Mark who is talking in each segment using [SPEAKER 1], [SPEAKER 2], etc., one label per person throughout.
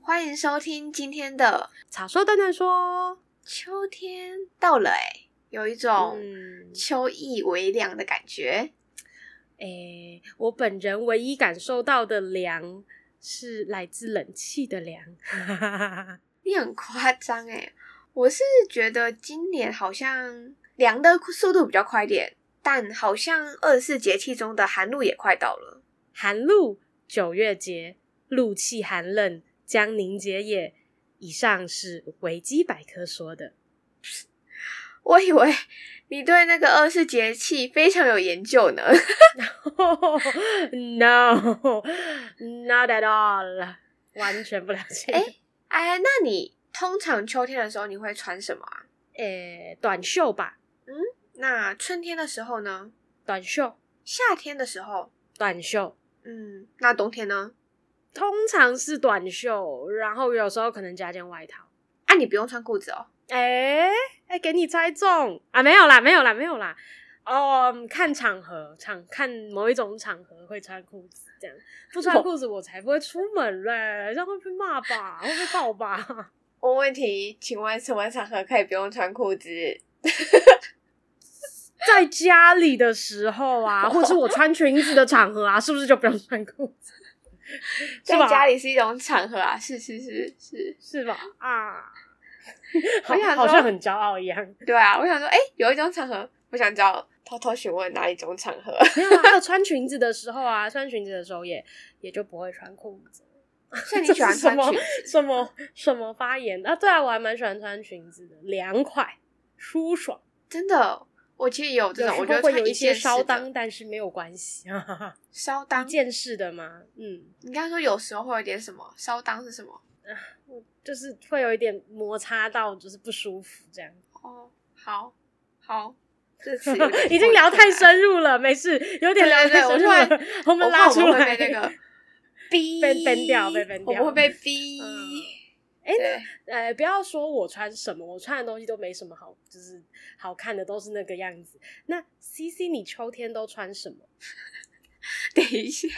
[SPEAKER 1] 欢迎收听今天的
[SPEAKER 2] 草说蛋蛋说，
[SPEAKER 1] 秋天到了、哎，有一种
[SPEAKER 2] 嗯，
[SPEAKER 1] 秋意微凉的感觉。
[SPEAKER 2] 诶、我本人唯一感受到的凉是来自冷气的凉，
[SPEAKER 1] 你很夸张哎，我是觉得今年好像凉的速度比较快一点，但好像二十四节气中的寒露也快到了。
[SPEAKER 2] 寒露九月节，露气寒冷将凝结也。以上是维基百科说的。
[SPEAKER 1] 我以为你对那个二十四节气非常有研究呢。
[SPEAKER 2] no, not at all，完全不了解。
[SPEAKER 1] 诶哎，那你通常秋天的时候你会穿什么啊？
[SPEAKER 2] 诶、短袖吧，
[SPEAKER 1] 那春天的时候呢？
[SPEAKER 2] 短袖，
[SPEAKER 1] 夏天的时候？
[SPEAKER 2] 短袖，
[SPEAKER 1] 嗯，那冬天呢？
[SPEAKER 2] 通常是短袖，然后有时候可能加件外套。
[SPEAKER 1] 啊，你不用穿裤子哦。
[SPEAKER 2] 哎、哎、给你猜中啊！没有啦，没有啦，没有啦。哦、嗯看场合，场看某一种场合会穿裤子，这样不穿裤子我才不会出门嘞，这样会被骂吧， 会被告吧？
[SPEAKER 1] 问问题，请问什么场合可以不用穿裤子？
[SPEAKER 2] 在家里的时候 啊，或是我穿裙子的场合啊，是不是就不用穿裤子？
[SPEAKER 1] 在
[SPEAKER 2] 是吧
[SPEAKER 1] 家里是一种场合啊，是是是是，
[SPEAKER 2] 是吧？啊，哎
[SPEAKER 1] 我
[SPEAKER 2] 好
[SPEAKER 1] 想说
[SPEAKER 2] 好像很骄傲一样。
[SPEAKER 1] 对啊。我想说，哎、有一种场合，我想知道，偷偷询问哪一种场 合？
[SPEAKER 2] 没有啊，还有穿裙子的时候啊，穿裙子的时候也也就不会穿裤子。
[SPEAKER 1] 所以你喜欢穿裙
[SPEAKER 2] 这
[SPEAKER 1] 子？
[SPEAKER 2] 什么什么发言啊？对啊，我还蛮喜欢穿裙子的，凉快舒爽。
[SPEAKER 1] 真的，我其实有这
[SPEAKER 2] 有
[SPEAKER 1] 种，
[SPEAKER 2] 时候
[SPEAKER 1] 哦我觉得
[SPEAKER 2] 会
[SPEAKER 1] 穿
[SPEAKER 2] 有一些
[SPEAKER 1] 件式
[SPEAKER 2] 烧
[SPEAKER 1] 的
[SPEAKER 2] 裆，但是没有关系。
[SPEAKER 1] 烧
[SPEAKER 2] 一
[SPEAKER 1] 裆。
[SPEAKER 2] 件事的吗？嗯，
[SPEAKER 1] 你刚刚说有时候会有点什么？烧裆是什么？
[SPEAKER 2] 就是会有一点摩擦到，就是不舒服这样。
[SPEAKER 1] 哦，好，好，这次 有点
[SPEAKER 2] 已经聊太
[SPEAKER 1] 混乱，
[SPEAKER 2] 深入了，没事，有点聊
[SPEAKER 1] 啊对对
[SPEAKER 2] 太
[SPEAKER 1] 对我
[SPEAKER 2] 深
[SPEAKER 1] 突
[SPEAKER 2] 入
[SPEAKER 1] 然
[SPEAKER 2] 了， 我们
[SPEAKER 1] 我
[SPEAKER 2] 拉
[SPEAKER 1] 怕
[SPEAKER 2] 出
[SPEAKER 1] 我们
[SPEAKER 2] 来
[SPEAKER 1] 会被那个逼
[SPEAKER 2] 被 ban 掉被 ban
[SPEAKER 1] 我
[SPEAKER 2] 掉
[SPEAKER 1] 们会被逼。
[SPEAKER 2] 嗯哎
[SPEAKER 1] 对，
[SPEAKER 2] 呃，不要说我穿什么，我穿的东西都没什么好，就是好看的，都是那个样子。那 C C，你秋天都穿什么？
[SPEAKER 1] 等一下，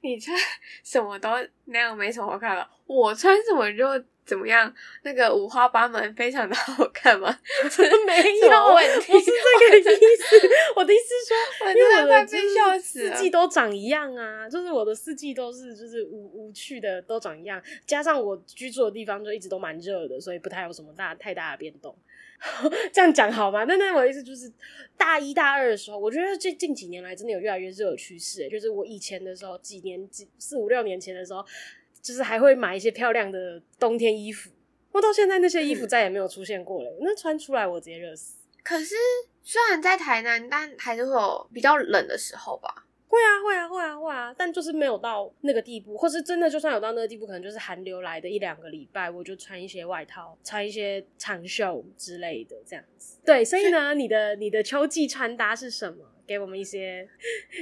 [SPEAKER 1] 你穿什么都那样没什么好看了，我穿什么就怎么样，那个五花八门，非常的好看吗？
[SPEAKER 2] 没
[SPEAKER 1] 什
[SPEAKER 2] 有，
[SPEAKER 1] 么
[SPEAKER 2] 我
[SPEAKER 1] 问题
[SPEAKER 2] 不是这个意思。我的意思 是
[SPEAKER 1] 我
[SPEAKER 2] 说，因
[SPEAKER 1] 真的
[SPEAKER 2] 为我
[SPEAKER 1] 快
[SPEAKER 2] 的
[SPEAKER 1] 被
[SPEAKER 2] 就是
[SPEAKER 1] 笑死啊了
[SPEAKER 2] 四季都长一样啊，就是我的四季都是就是无无趣的都长一样，加上我居住的地方就一直都蛮热的，所以不太有什么大太大的变动。 这样讲好吗？那那我的意思就是，大一大二的时候，我觉得最近几年来真的有越来越热的趋势、欸就是我以前的时候，几年几四五六年前的时候，就是还会买一些漂亮的冬天衣服。我到现在那些衣
[SPEAKER 1] 嗯
[SPEAKER 2] 服再也没有出现过了、那穿出来我直接热死。
[SPEAKER 1] 可是虽然在台南，但还是会有比较冷的时候吧。
[SPEAKER 2] 会啊，会啊，会啊，会啊，但就是没有到那个地步，或是真的就算有到那个地步，可能就是寒流来的一两个礼拜，我就穿一些外套，穿一些长袖之类的这样子。对，所以呢，你的你的秋季穿搭是什么？给我们一些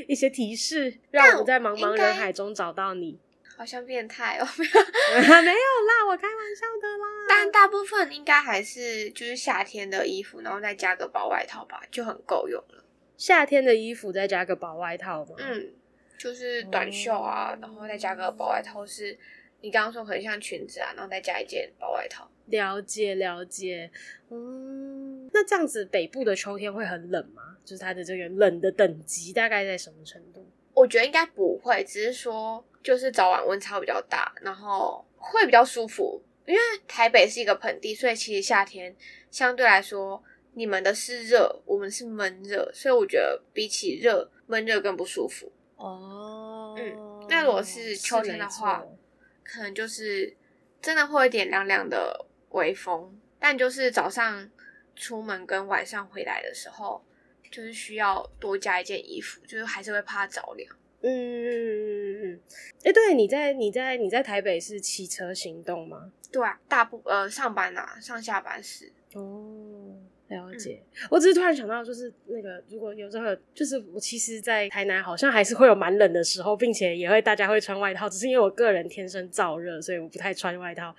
[SPEAKER 2] 一些提示，让我们在茫茫
[SPEAKER 1] 应该
[SPEAKER 2] 人海中找到你。
[SPEAKER 1] 好像变态哦，
[SPEAKER 2] 没有啦，我开玩笑的啦。
[SPEAKER 1] 但大部分应该还是就是夏天的衣服，然后再加个薄外套吧，就很够用了。
[SPEAKER 2] 夏天的衣服再加个薄外套嘛。
[SPEAKER 1] 嗯，就是短袖啊
[SPEAKER 2] 哦，
[SPEAKER 1] 然后再加个薄外套是，你刚刚说很像裙子啊，然后再加一件薄外套。
[SPEAKER 2] 了解了解，嗯，那这样子北部的秋天会很冷吗？就是它的这个冷的等级大概在什么程度？
[SPEAKER 1] 我觉得应该不会，只是说就是早晚温差比较大，然后会比较舒服。因为台北是一个盆地，所以其实夏天相对来说，你们的是热，我们是闷热，所以我觉得比起热，闷热更不舒服。
[SPEAKER 2] 哦
[SPEAKER 1] 嗯那如果是秋天的话
[SPEAKER 2] 是没错
[SPEAKER 1] 可能就是真的会有一点凉凉的微风，但就是早上出门跟晚上回来的时候，就是需要多加一件衣服，就是还是会怕着凉。
[SPEAKER 2] 嗯嗯嗯嗯嗯，哎、对，你在你在你在台北是骑车行动吗？
[SPEAKER 1] 对啊，大部呃上班啊，上下班是。
[SPEAKER 2] 哦，了解。我只是突然想到，就是那个如果有时候有就是我其实，在台南好像还是会有蛮冷的时候，并且也会大家会穿外套，只是因为我个人天生燥热，所以我不太穿外套，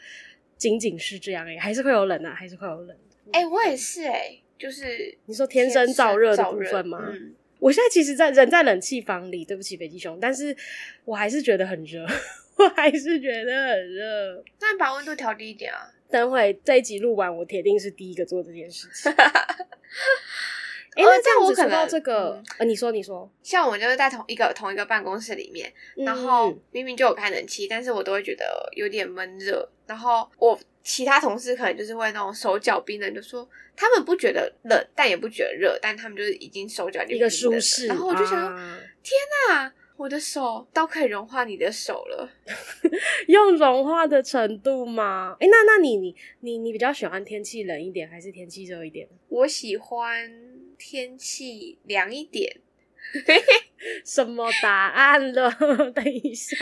[SPEAKER 2] 仅仅是这样而已，还是会有冷啊，还是会有冷。
[SPEAKER 1] 哎、我也是哎、就是
[SPEAKER 2] 你说天生燥热的部分吗？
[SPEAKER 1] 嗯，
[SPEAKER 2] 我现在其实在人在冷气房里，对不起北极熊，但是我还是觉得很热， 我还是觉得很热。
[SPEAKER 1] 那你把温度调低一点啊。
[SPEAKER 2] 等会这一集录完，我铁定是第一个做这件事 情。哎、
[SPEAKER 1] 哦
[SPEAKER 2] 那这
[SPEAKER 1] 但
[SPEAKER 2] 样
[SPEAKER 1] 我
[SPEAKER 2] 子
[SPEAKER 1] 可
[SPEAKER 2] 说到
[SPEAKER 1] 能
[SPEAKER 2] 这个
[SPEAKER 1] 嗯，
[SPEAKER 2] 呃，你说，你说，
[SPEAKER 1] 像我们就是在同一个同一个办公室里面，
[SPEAKER 2] 嗯
[SPEAKER 1] 然后明明就有开冷气，但是我都会觉得有点闷热。然后我其他同事可能就是会那种手脚冰冷，就说他们不觉得冷，但也不觉得热，但他们就是已经手脚就冰
[SPEAKER 2] 一个
[SPEAKER 1] 冷
[SPEAKER 2] 舒
[SPEAKER 1] 了
[SPEAKER 2] 适，
[SPEAKER 1] 然后我就想，
[SPEAKER 2] 啊
[SPEAKER 1] 啊，我的手都可以融化你的手了。
[SPEAKER 2] 用融化的程度吗？哎、那那你你你你比较喜欢天气冷一点，还是天气热一点？
[SPEAKER 1] 我喜欢天气凉一点，
[SPEAKER 2] 什么答案了？ 等一下，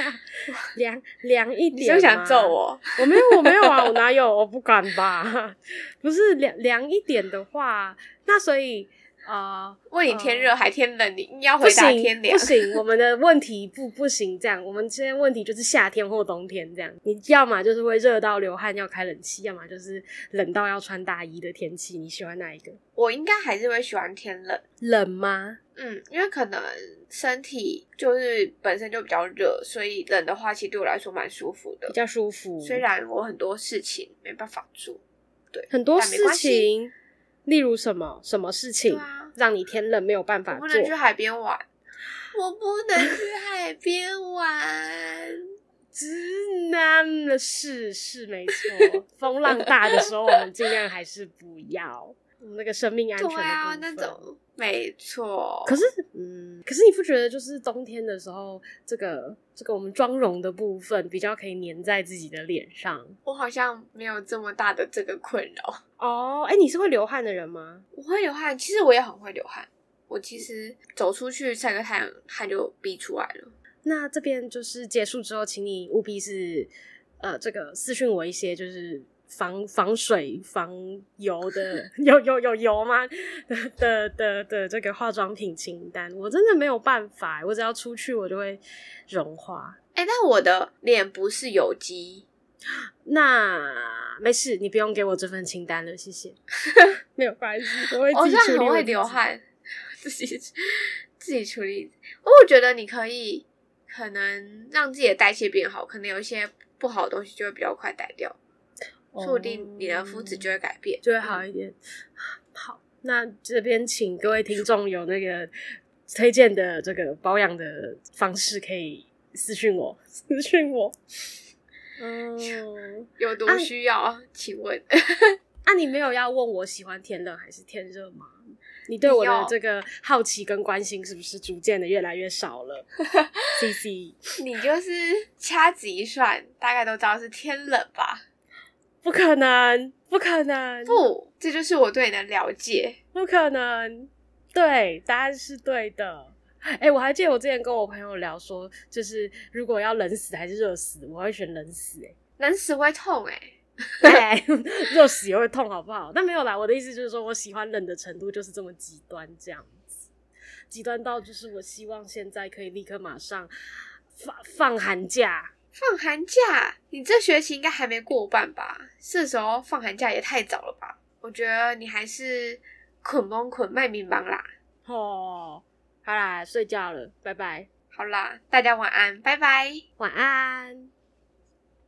[SPEAKER 2] 凉凉一
[SPEAKER 1] 你
[SPEAKER 2] 点。
[SPEAKER 1] 是不是想揍？我？
[SPEAKER 2] 我没有，我没有啊，我哪有？我不敢吧？ 不是凉凉一点的话，那所以啊。呃
[SPEAKER 1] 问你天热还天冷，你硬要
[SPEAKER 2] 不
[SPEAKER 1] 回答
[SPEAKER 2] 行
[SPEAKER 1] 天凉
[SPEAKER 2] 不。行，我们的问题不不行这样，我们今天问题就是夏天或冬天这样，你要么就是会热到流汗要开冷气，要么就是冷到要穿大衣的天气，你喜欢哪一个？
[SPEAKER 1] 我应该还是会喜欢天冷。
[SPEAKER 2] 冷吗？
[SPEAKER 1] 嗯，因为可能身体就是本身就比较热，所以冷的话其实对我来说蛮舒服的
[SPEAKER 2] 比。较舒服，
[SPEAKER 1] 虽然我很多事情没办法做，
[SPEAKER 2] 很多
[SPEAKER 1] 但没
[SPEAKER 2] 事
[SPEAKER 1] 关系
[SPEAKER 2] 情，例如什么什么事情、
[SPEAKER 1] 对啊
[SPEAKER 2] 让你天冷没有办
[SPEAKER 1] 我
[SPEAKER 2] 法
[SPEAKER 1] 不
[SPEAKER 2] 做，
[SPEAKER 1] 能去海边玩， 我不能去海边 玩。
[SPEAKER 2] 直男的事是没错，风浪大的时候我们尽量还是不要，我们那个生命安全的
[SPEAKER 1] 对啊，
[SPEAKER 2] 部
[SPEAKER 1] 那
[SPEAKER 2] 分
[SPEAKER 1] 种没错。
[SPEAKER 2] 可是，嗯，可是你不觉得就是冬天的时候，这个这个我们妆容的部分比较可以粘在自己的脸上
[SPEAKER 1] 我好像没有这么大的这个困扰。
[SPEAKER 2] 哦？哎、你是会流汗的人吗？
[SPEAKER 1] 我会流汗，其实我也很会流汗。我其实走出去晒个太阳，汗就逼出来了。
[SPEAKER 2] 那这边就是结束之后，请你务必是呃，这个私讯我一些就是防防水、防油 的，有有有油吗？的的的的这个化妆品清单，我真的没有办法，我只要出去我就会融化。
[SPEAKER 1] 哎、但我的脸不是有机，
[SPEAKER 2] 那没事，你不用给我这份清单了，谢谢。 没有关系，我会
[SPEAKER 1] 我
[SPEAKER 2] 自己
[SPEAKER 1] 真的
[SPEAKER 2] 处理。
[SPEAKER 1] 很会流，汗，自己自己处理。我觉得你可以可能让自己的代谢变好，可能有一些不好的东西就会比较快代掉，说不定你的肤质
[SPEAKER 2] 哦
[SPEAKER 1] 就会改变，
[SPEAKER 2] 就会好一点。好，那这边请各位听众有那个推荐的这个保养的方式，可以私信我，私信我。嗯，
[SPEAKER 1] 有多
[SPEAKER 2] 啊
[SPEAKER 1] 需要？ 啊、请问
[SPEAKER 2] 啊，你没有要问我喜欢天冷还是天热吗？你对我
[SPEAKER 1] 没
[SPEAKER 2] 的
[SPEAKER 1] 有
[SPEAKER 2] 这个好奇跟关心是不是逐渐的越来越少 了？C C。
[SPEAKER 1] 你就是掐指一算，大概都知道是天冷吧？
[SPEAKER 2] 不可能，不可能，
[SPEAKER 1] 不，这就是我对你的了解。
[SPEAKER 2] 不可能，对，答案是对的。哎、我还记得我之前跟我朋友聊说，就是如果要冷死还是热死，我会选冷死、欸。
[SPEAKER 1] 冷死会痛哎、
[SPEAKER 2] 哎，热死也会痛，好不好？但没有啦，我的意思就是说我喜欢冷的程度就是这么极端，这样子，极端到就是我希望现在可以立刻马上放放寒假。
[SPEAKER 1] 放寒假，你这学期应该还没过半吧？是时候放寒假也太早了吧？我觉得你还是捆蒙捆卖民帮啦。
[SPEAKER 2] 哦，好啦，睡觉了，拜拜，
[SPEAKER 1] 好啦，大家晚安，拜拜。
[SPEAKER 2] 晚安。